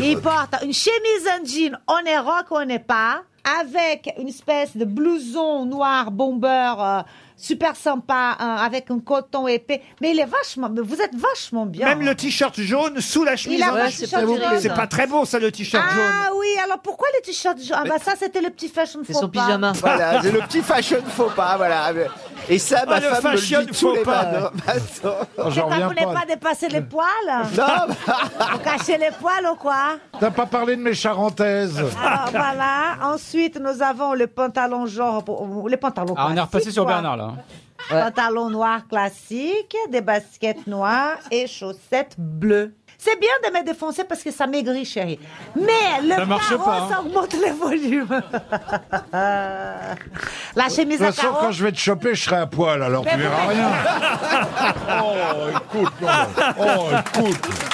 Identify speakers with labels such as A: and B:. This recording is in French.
A: Il porte une chemise en jean, on est rock, on n'est pas, avec une espèce de blouson noir bomber euh, super sympa, hein, avec un coton épais. Mais il est vachement, mais vous êtes vachement bien.
B: Même le t-shirt jaune sous la chemise.
A: Il a
B: en
A: un
B: jean.
A: t-shirt C'est pas jaune. beau,
B: C'est
A: ça.
B: pas très beau ça le t-shirt jaune.
A: ah oui, alors pourquoi les t-shirts jaunes Ah bah ça c'était le petit fashion hein. faux pas.
C: Voilà, c'est le petit fashion faux pas, voilà. Et ça, ma
B: Ah, le
C: femme me le
B: fashion
C: dit tous
B: faux
C: les
B: pas.
C: matins. Attends.
A: Mais ça voulait pas dépasser les poils
C: Non,
A: Vous cachez les poils ou quoi
D: T'as pas parlé de mes charentaises.
A: Alors Ah, voilà, ensuite nous avons le pantalon genre pour- les pantalons
E: Ah, on est
A: classiques,
E: repassé sur
A: quoi.
E: Bernard là. hein.
A: Pantalon noir classique, des baskets noires et chaussettes bleues. C'est bien de me défoncer parce que ça maigrit, chérie. Mais le
E: Ça marche
A: carreau,
E: pas, hein.
A: ça augmente le volume. La
D: De
A: chemise
D: toute
A: à
D: façon, quand
A: carreaux.
D: je vais te choper, je serai à
A: Ben
D: poil, alors tu verras rien. Oh, écoute, non, mais- oh, écoute.